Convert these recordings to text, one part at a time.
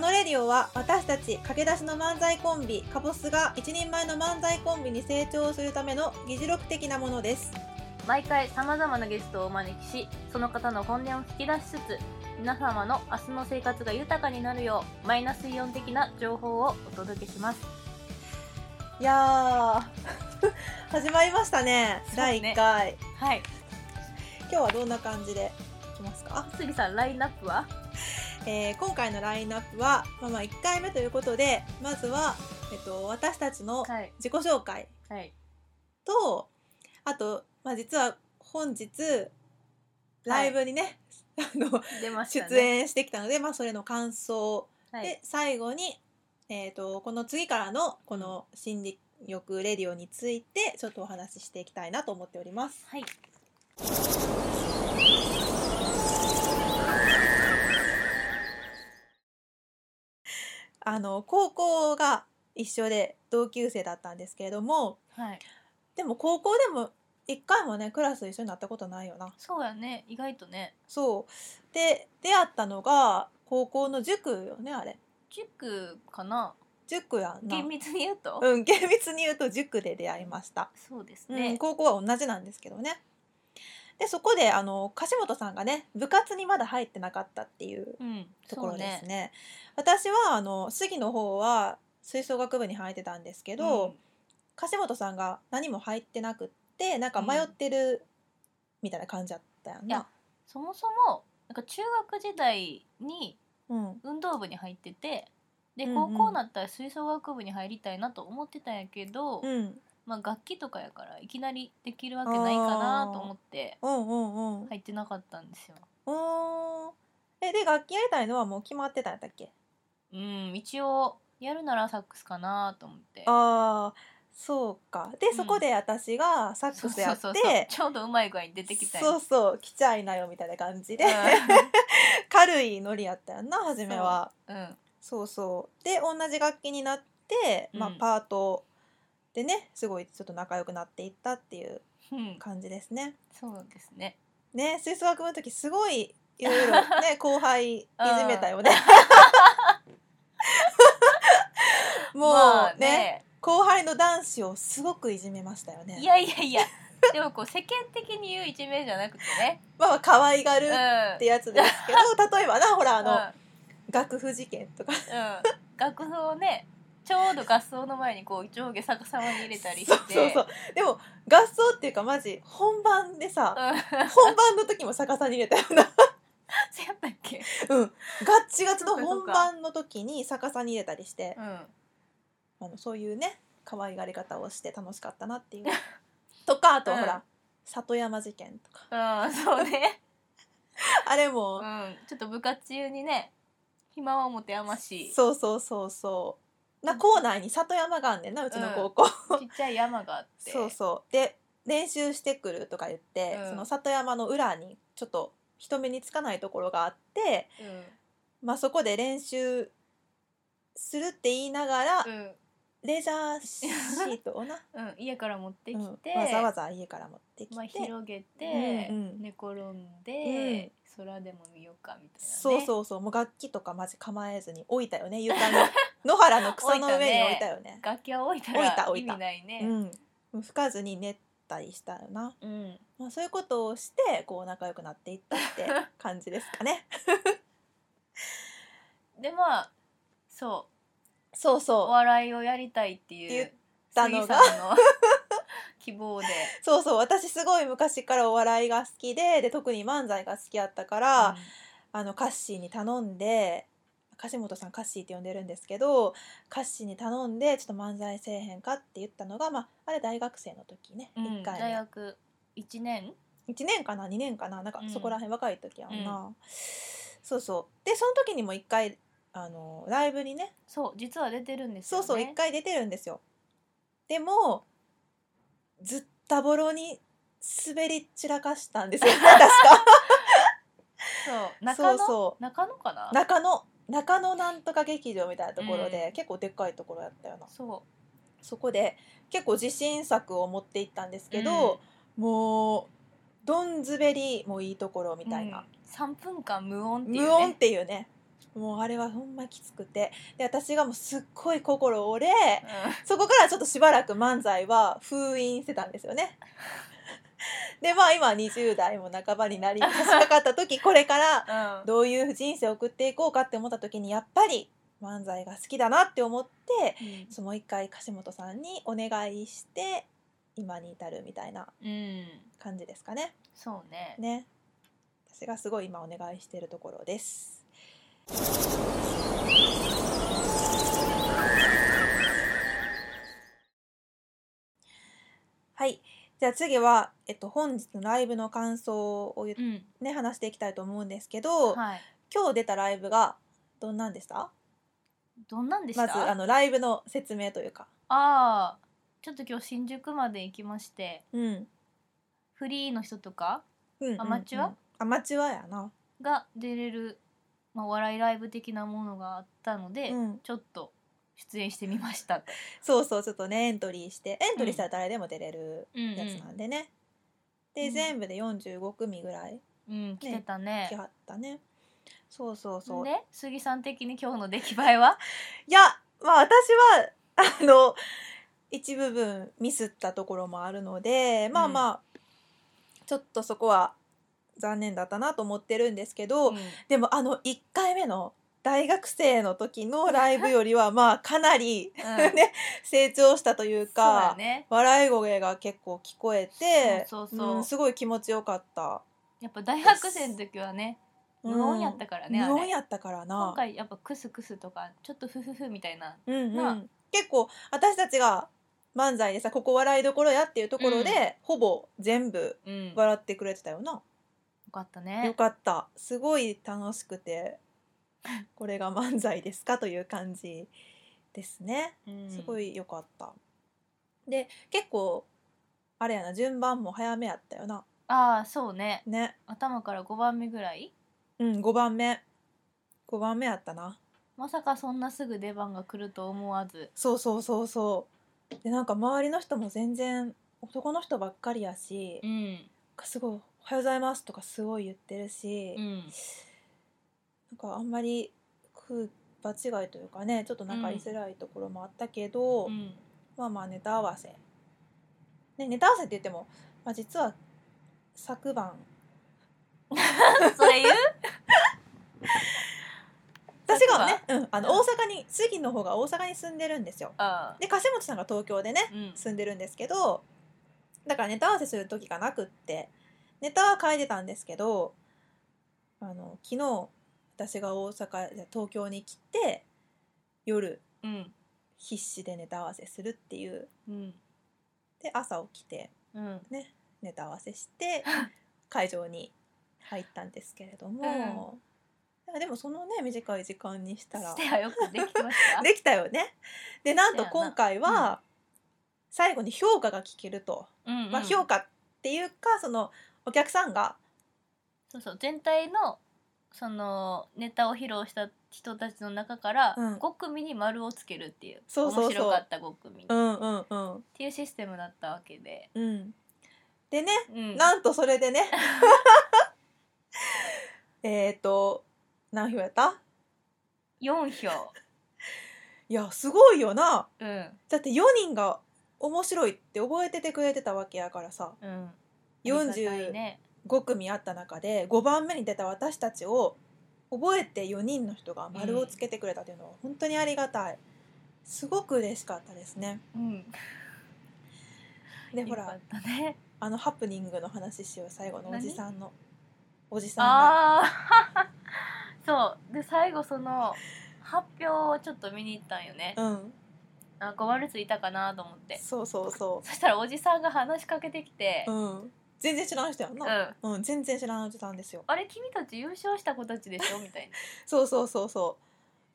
は私たち駆け出しの漫才コンビカボスが一人前の漫才コンビに成長するための議事録的なものです毎回様々なゲストをお招きし、その方の本音を聞き出しつつ、皆様の明日の生活が豊かになるよう、マイナスイオン的な情報をお届けします。いやー 始まりましたねそうね第1回はい。今日はどんな感じでいきますか杉さん、ラインナップはえー今回のラインナップは、まあ、まあ1回目ということでまずは、えっと、私たちのはい。自己紹介はい。とあと、まあ、実は本日ライブにね、あの出ましたね。出演してきたので、まあ、それの感想、はいで。最後に、えー、とこの次からのこの「新力レディオ」についてちょっとお話ししていきたいなと思っております。はい。あの高校が一緒で同級生だったんですけれどもはい。でも高校でも一回もねクラス一緒になったことないよな。そうやね。意外とね。そうで出会ったのが高校の塾よねあれ塾かな塾やんな厳密に言うと、うん厳密に言うと塾で出会いました、そうですうねん、。高校は同じなんですけどねでそこであの樫本さんがね部活にまだ入ってなかったっていううん。ところですねそう私はあの杉の方は吹奏楽部に入ってたんですけど、樫本さんが何も入ってなくってなんか迷ってるみたいな感じだったやんいなや、そもそも、なんか中学時代にうん、運動部に入ってて、で、うんうん高校になったら吹奏楽部に入りたいなと思ってたんやけど、うん、まあ楽器とかやからいきなりできるわけないかなと思ってうんうんうん入ってなかったんですよ。おーえで楽器やりたいのはもう決まってたんやったっけうん、一応やるならサックスかなと思って。ああそうかで、うんそこで私がサッそクうスそやうってそうそう。ちょうどうまい具合に出てきたんやそうそう来ちゃいなよみたいな感じで、 軽いノリやったやんな初めはうん。うんそうそうで同じ楽器になって、まあうんパートでねすごいちょっと仲良くなっていったっていううん、感じですねそうですね。ね吹奏楽部の時すごいいろいろ ね後輩いじめたよね もうまあね,、後輩の男子をすごくいじめましたよねいやいやいや。でもこう世間的に言う一面じゃなくてね。まあまあ可愛がるうっん。てやつですけど、 例えばなほらあの、うん、楽譜事件とかうん楽譜をね、ちょうど合奏の前にこう上下逆さまに入れたりして。そうそう そうでも合奏っていうかマジ本番でさ、うん。本番の時も逆さに入れた ようなそうやったっけ？うんガッチガチのそうかそう本か番の時に逆さに入れたりしてう、ん。あのそういうね可愛がり方をして楽しかったなっていうとかあと、うんほら里山事件とかうん、そうね。あれうも、ん、ちょっと部活中にね、暇を持て余し、ちそうそうそうそうな校内に里山があんねんなうちの高校、っちゃい山があって、そうそうで練習してくるとか言って、うんその里山の裏にちょっと人目につかないところがあって、まあ、そこで練習するって言いながら、うん、うん、レジャーシート をな、うん、家から持ってきうて、んわざわざ家から持ってきて、まあ広げて、うんうん寝転んで、空でも見ようかみたいな、ね。そうう。そうそうもう楽器とかマジ構えずに置いたよね床に野原の草の上に置いたよね楽器は置いた置いたら置意いた味ない ね。うんもう吹かずに練ったりしたよな、うん、まあ、そういうことをしてこう仲良くなっていったって感じですかねでまあ、 そそうう、そうお笑いをやりたいってい言っうたのが杉さんの希望で、そうそう私すごい昔からお笑いが好きでで特に漫才が好きやったから、 あのカッシーに頼んで樫本さんカッシーって呼んでるんですけどカッシーに頼んでちょっと漫才せえへんかって言ったのが、まあ、あれ大学生の時ね、うん、うん1回大目学一年、 1年かな2年かななんかうんそこら辺若い時やんな、そうそうでその時にも1回あのライブにねそう実は出てるんですよそうね。そう1回出てるんですよでもずったぼろに滑り散らかしたん ですよね確かそう中そ野うそ中野かなう中野中野なんとか劇場みたいなところで、結構でっかいところやったよなそそこで結構自信作を持っていったんですけど、もうどんずべりもいいところうみたいな、うん、3分間無音っていう、ね、無音っていうねもうあれはほんまきつくてで私がもうすっごい心折れそこからちょっとしばらく漫才は封印してたんですよね。 でまあ今20代も半ばになり差し掛かった時これからうんどういう人生を送っていこうかって思った時にやっぱり漫才が好きだなって思ってそのもう一回樫本さんにお願いして今に至るみたいなうん感じですかね。そうねね私がすごい今お願いしているところです。はいじゃあ次は、えっと、本日のライブの感想を言っうんね話していきたいと思うんですけど、はい今日出たライブがどんなんでしたどんなんでしまたずあのライブの説明というか、あーちょっと今日新宿まで行きましてうんうんフリーの人とかうんうんアマチュアアマチュアやな、が出れる、まあ、お笑いライブ的なものがあったので、うん、ちょっと出演してみましたと、そうそうちょっとねエントリーしてエントリーしたら誰でも出れるうんやつなんでね、で、うん全部で45組ぐらいうん来てたね来はったねそうそうそう、で杉さん的に今日の出来栄えはいやまあ私はあの一部分ミスったところもあるのでまあまあ、ちょっとそこは残念だったなと思ってるんですけど、うんでもあの1回目の大学生の時のライブよりはまあかなり、 ね成長したというそうかだね笑い声が結構聞こえてそうそうそううんすごい気持ちよかった。やっぱ大学生の時はね無音やったからね、無あ音れやったからな今回やっぱクスクスとかちょっとフフフみたいなうんうんなあ結構私たちが漫才でさここ笑いどころやっていうところで、うほぼ全部うんよ笑ってくれてたよな、かったよねかったすごい楽しくてこれが漫才ですかという感じですねすごいいよかった、で結構あれやな順番も早めやったよなああそうねね頭から5番目ぐらいうん5番目5番目やったなまさかそんなすぐ出番が来ると思わずそうそうそうそうでなんか周りの人も全然男の人ばっかりやし、うんなんかすごい「おはようございます」とかすごい言ってるし、うんなんかあんまり空場違いというかねちょっと仲居づらいところもあったけど、うんまあまあネタ合わせ、ね、ネタ合わせって言っても、まあ、実は昨晩それ言う私がね、うん、あの大阪に杉の方が大阪に住んでるんですよあで樫本さんが東京でねーうん住んでるんですけどだからネタ合わせする時がなくってネタは書いてたんですけどあの昨日私が大阪じゃ東京に来て夜うん必死でネタ合わせするっていううんで朝起きてうんネタ合わせして 会場に入ったんですけれども、でもそのね短い時間にしたらしてはよくできましたできたよね。でなんとそうやな今回は最後に評価が聞けると。うんうんまあ、評価っていうかそのお客さんがそうそう全体のそのネタを披露した人たちの中からうん5組に丸をつけるっていう,、そうそうそう面白かった5組っうんうんうんていうシステムだったわけで、うんでねうん、なんとそれでね えっと何票やった4票、 いやすごいよなうんだって4人が面白いって覚えててくれてたわけやからさうん、ありがたい45ね、組あった中で5番目に出た私たちを覚えて4人の人が丸をつけてくれたっていうのは本当にありがたいすごく嬉しかったですねうん、でほよからったねあのハプニングの話しよう最後のおじさんのおじさんがああ そうで最後その発表をちょっと見に行ったんよね、うんなんか悪ついたかなと思ってそうそうそそしたらおじさんが話しかけてきて、ううん全然知らん人やんうな、ん、うん、全然知らんおじさんですよあれ君たち優勝した子たちでしょみたいなそうそうそうそ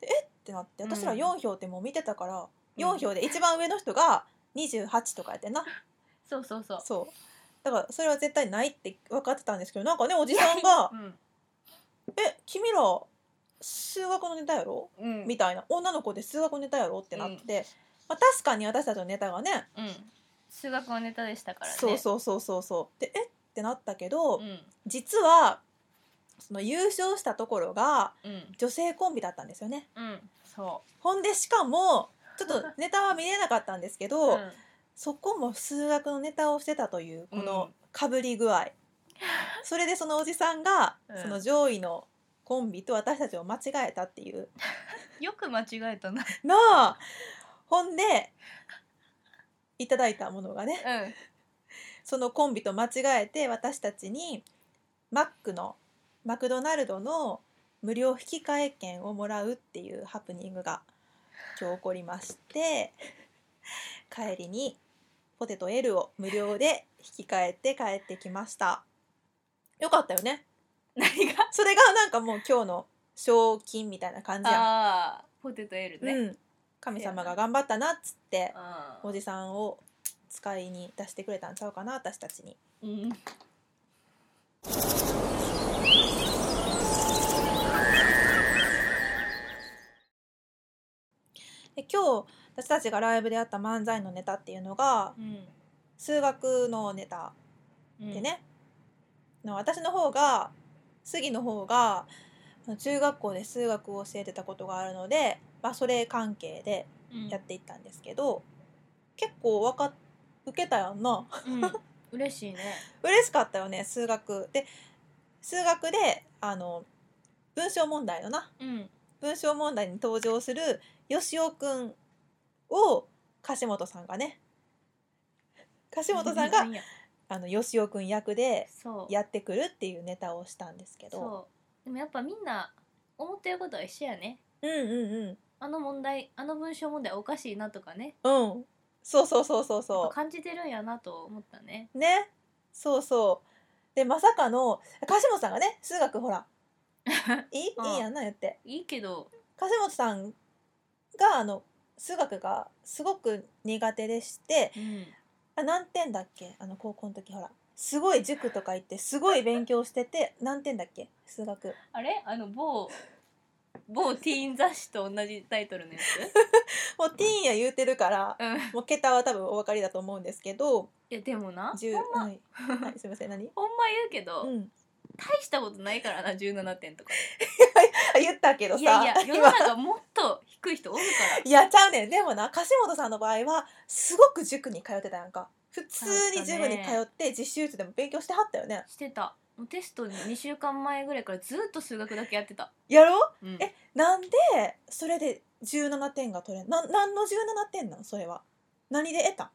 うでえってなってうん私ら4票ってもう見てたから、うん4票で一番上の人が28とかやってんなそうそうそうそうだからそれは絶対ないって分かってたんですけどなんかねおじさんがうん「え君ら数学のネタやろ?」うんみたいな女の子で数学のネタやろってなって、まあ、確かに私たちのネタがねうん、数学のネタでしたからねそうそうそうそうそうでえってなったけど、うん実はその優勝したところがうん女性コンビだったんですよねうんそほんでしかもちょっとネタは見れなかったんですけう、ど、うんそこも数学のネタをしてたというこうのんかぶり具合、それでそのおじさんがうんその上位のコンビと私たちを間違えたっていうよく間違えたななあほんでいただいたものがねうんそのコンビと間違えて私たちにマックのマクドナルドの無料引換え券をもらうっていうハプニングが今日起こりまして 帰りにポテト L を無料で引き換えて帰ってきましたよかったよね 何がそれがなんかもう今日の賞金みたいな感じやああポテト L ん、ね、うん、神様が頑張ったなっつってあおじさんを使いに出してくれたんちゃうかな私たちにうんで今日私たちがライブでやった漫才のネタっていうのがうん数学のネタでね、の私の方が杉の方があの中学校で数学を教えてたことがあるので、まあ、それ関係でうん、やっていったんですけど、結構わかっ受けたよな うん、嬉しいね嬉しかったよね数学で数学であの文章問題のなうん文章問題に登場する吉尾くんを樫本さんがね樫本さん がいやあの吉尾くん役でそうやってくるっていうネタをしたんですけどそうでもやっぱみんな思ってることは一緒やねうんうんあの問題あの文章問題おかしいなとかねうんうんそうそうそうそうやっぱそ感じてるんやなと思ったねうねそうそうでまさかの樫本さんがね数学 ほらいいいうんいやんな言っていいけど樫本さんがあの数学がすごく苦手でして、うんあ何点だっけあの高校の時ほらすごい塾とか行ってすごい勉強してて何点だっけ数学あれあの某某ティーン雑誌と同じタイトルのや もうティーンや言うてるからつうんいもう桁は多分お分かりだと思うんですけどやでもな10ほんま、はい、はい、すいません 何ほんま言うけど、うん大したことないからな17点とかあ言ったけどさいやいや世の今中もっと低い人おるからいやちゃうねんでもな樫本さんの場合はすごく塾に通ってたやんか普通に塾に通って実習室でも勉強してはったよねしてたもうテストに2週間前ぐらいからずっと数学だけやってた、やろうん、えなんでそれで17点が取れんなん何の17点なのそれは何で得たん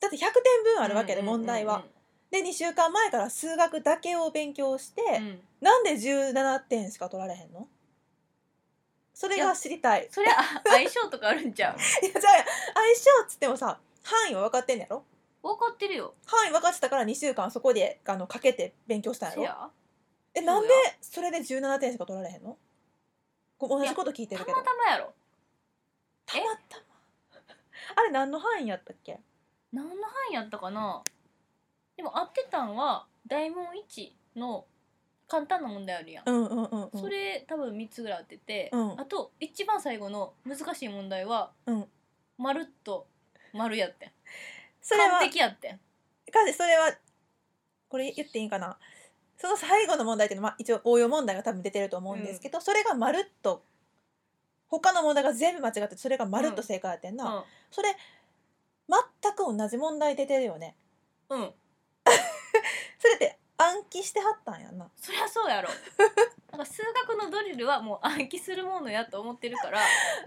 だって100点分あるわけでうんうんうんうん問題は、で2週間前から数学だけを勉強して、うんなんで17点しか取られへんのそれが知りたい そりゃあ相性とかあるんちゃういやじゃあ相性っつってもさ範囲は分かってんのやろ分かってるよ範囲分かってたから2週間そこであのかけて勉強したんせやろやえそうやなんでそれで17点しか取られへんのこ同じこと聞いてたまるたけどまやろたまたまあれ何の範囲やったっけ何の範囲やったかなでも合ってたんは大問1の簡単な問題あるやん、うんうんうんうんそれ多分3つぐらい合ってて、うんあと一番最後の難しい問題は、うんまるっと丸やってんそれは完璧やってんかそれはこれ言っていいんかなその最後の問題っていうのは、まあ、一応応用問題が多分出てると思うんですけど、それがまるっと他の問題が全部間違ってそれがまるっと正解やってんな、それ全く同じ問題出てるよねうん、うん、それって暗記してはったんやんなそりゃそう やろなんか数学のドリルはもう暗記するものやと思ってるから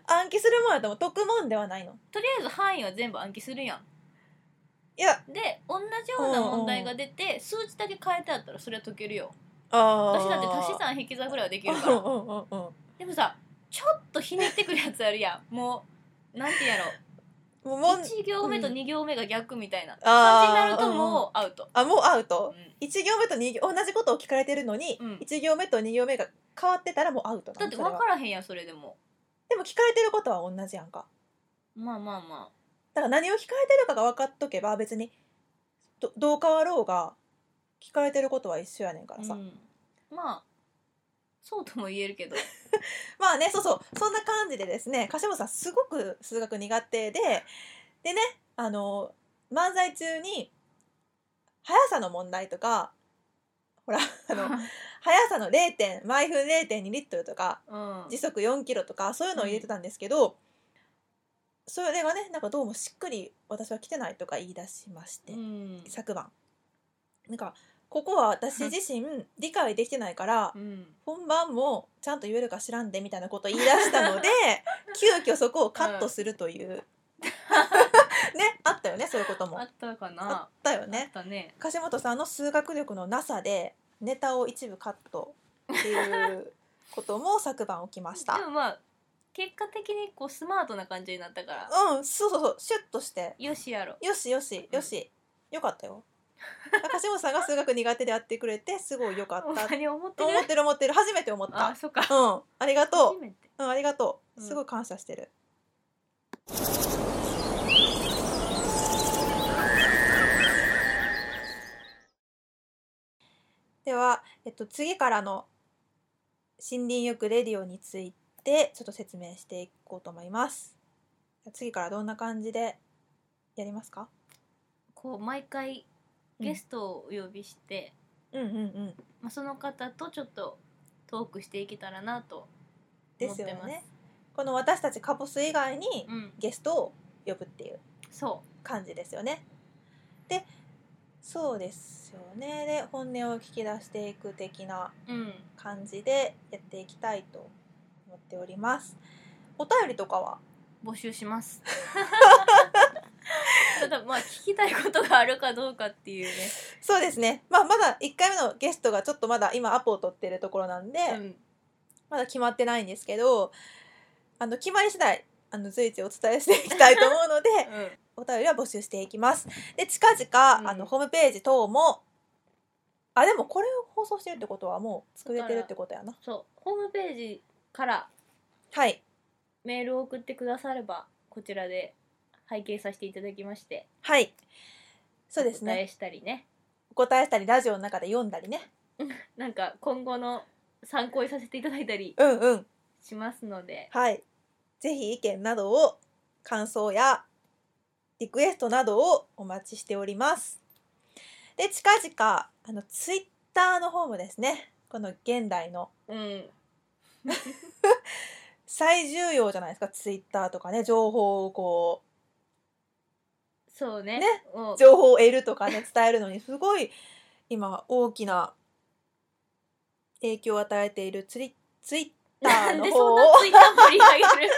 暗記するもんやとも解くもんではないのとりあえず範囲は全部暗記するやんいやで同じような問題が出て数値だけ変えてあったらそれは解けるよあ私だって足し算引き算ぐらいはできるかうらんうんうんうんでもさちょっとひねってくるやつあるやんもうなんていうんやろもうもん1行目と2行目が逆みたいな感じになあーるともうアウト、あもうアウト、うん一行目と二行同じことを聞かれてるのに、うん一行目と二行目が変わってたらもうアウトなのだってそ分れはからへんやんそれでもでも聞かれてることは同じやんかまあまあまだから何を聞かれてるかが分かっとけば別にどどう変わろうが聞かれてることは一緒やねんかあ、らさ、うんまあそうとも言えるけどまあねそうそうそんな感じでですね柏本さんすごく数学苦手ででねあの漫 才中に速さの問題とかほら あの速さの0点毎分0.2リットルとかうん時速4キロとかそういうのを入れてたんですけど、それがねなんかどうもしっくり私は来てないとか言い出しまして、うん昨晩なんかここは私自身理解できてないからうん本番もちゃんと言えるか知らんでみたいなことを言い出した ので急遽そこをカットするという、 ねあったよねそういうこともああったかっなたよあっねたね樫本さんの数学力のなさでネタを一部カットっていうことも昨晩起きまし でたもまあ結果的にこうスマートな感じになったからうんそうそうそうシュッとしてよしやろよしよしよし、よかったよ樫本さんが数学苦手でやってくれてすごいよかほんったまに思ってる思ってる思ってる初めて思っあたそっかうんありがと初めてううんありがとううんすごい感謝してる、では、えっと、次からの森林浴レディオについてちょっと説明していこうと思います次からどんな感じでやりますかこう毎回ゲストをお呼びして、うんうんうんまあ、その方とちょっとトークしていけたらなとで思っすてよますねこの私たちカボス以外にうんゲストを呼ぶっていうそ感じですよね。でそうですよねで本音を聞き出していく的なううん感じでやっていきたいと思っております。お便りとかは募集します ただまあ聞きたいことがあるかどうかっていうね、そうですね、まあ、まだ1回目のゲストがちょっとまだ今アポを取ってるところなんで、うん、まだ決まってないんですけどあの決まり次第あの随時お伝えしていきたいと思うのでお便りは募集していきます。で近々、うんあのホームページ等もあでもこれを放送してるってことはもう作れてるってことやな。そうホームページからはいメールを送ってくださればこちらで拝見させていただきましてはいそうですお答えねしたりねお答えしたりラジオの中で読んだりねなんか今後の参考にさせていただいたりうんうんしますのではいぜひ意見などを感想やリクエストなどをお待ちしておりますで近々あのツイッターの方もですねこの現代のうん最重要じゃないですかツイッターとかね情報をこそうねねもうう 情報を得るとかね伝えるのにすごい今大きな影響を与えているツイツイッタ なーんので方そんをなツイッター盛り上げる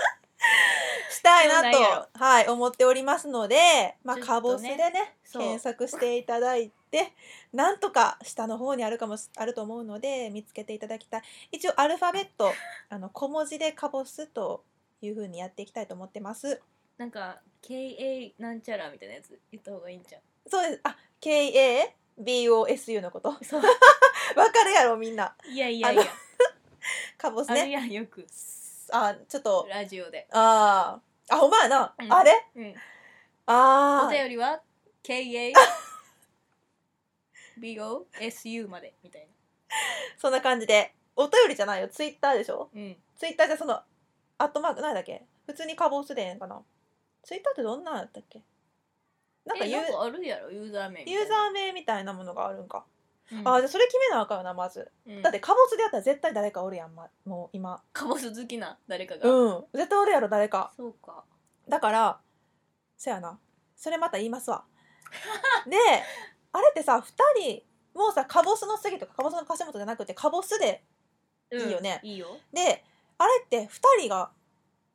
したいなそうなんやと、はい、思っておりますので、まあ、ちょっとねカボスでねそう検索していただいてなんとか下の方にあるかもしあると思うので見つけていただきたい一応アルファベットあの小文字でカボスというふうにやっていきたいと思ってますなんか KA なんちゃらみたいなやつ言った方がいいんじゃんそうですあ KABOSU のこと わそうかるやろみんないやいやいやカボスあるねやんよくあちょっとラジオで、あーあほんまやな、うんあれうん、あーお便りは KA BOSU までみたいそんな感じでお便りじゃないよツイッターでしょなうんツイッターじゃそのアットマークなんだっけ普通にカボスでええんかなツイッターってどんなんやったっけなんかえユーなんかあるやろユーザー名みたいユなーザー名みたいなものがあるんか、うんあーじゃあそれ決めなあかんよなまず、うんだってカボスでやったら絶対誰かおるやん、ま、もう今カボス好きな誰かが、うん絶対おるやろ誰かそうかだからそやなそれまた言います わであれってさ2人もうさカボスの杉とかカボスの樫本じゃなくてカボスでうんいいよねいいよであれって2人が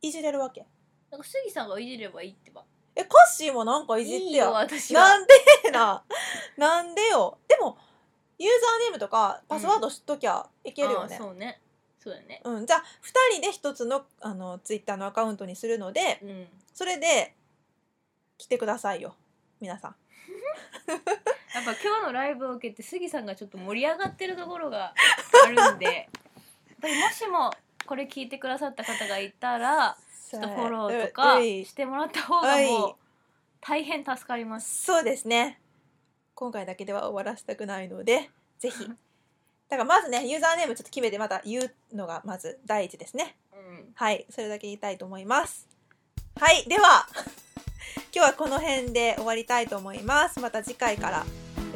いじれるわけなんか杉さんがいじればいいってばえカッシーもなんかいじってよいよ私はなんでな なんでよでもユーザーネームとかパスワード知っときゃいけるよあねー、そうねそうだねうんじゃあ2人で1つのあのツイッターのアカウントにするのでうんそれで来てくださいよ皆さんやっぱ今日のライブを受けて杉さんがちょっと盛り上がってるところがあ るんでやっぱりもしもこれ聞いてくださった方がいたらちょっとフォローとかうういしてもらった方がもう大変助かりますそうですね今回だけでは終わらせたくないの でぜひだからまずねユーザーネームちょっと決めてまた言うのがまず第一ですねうんはい、それだけ言いたいと思います。はい、では、 今日はこの辺で終わりたいと思います。また次回からよ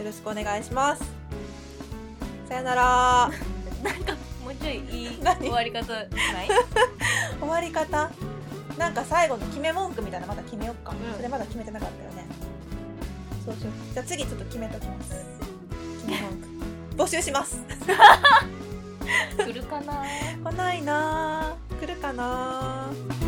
ろしくお願いします。さよなら。なんかもうちょいいい何終わり方ない終わり方なんか最後の決め文句みたいなのまだ決めよっか、うんそれまだ決めてなかったよねそうしようじゃあ次ちょっと決めときます 決め文句募集します 来るかな来ないなー来るかなー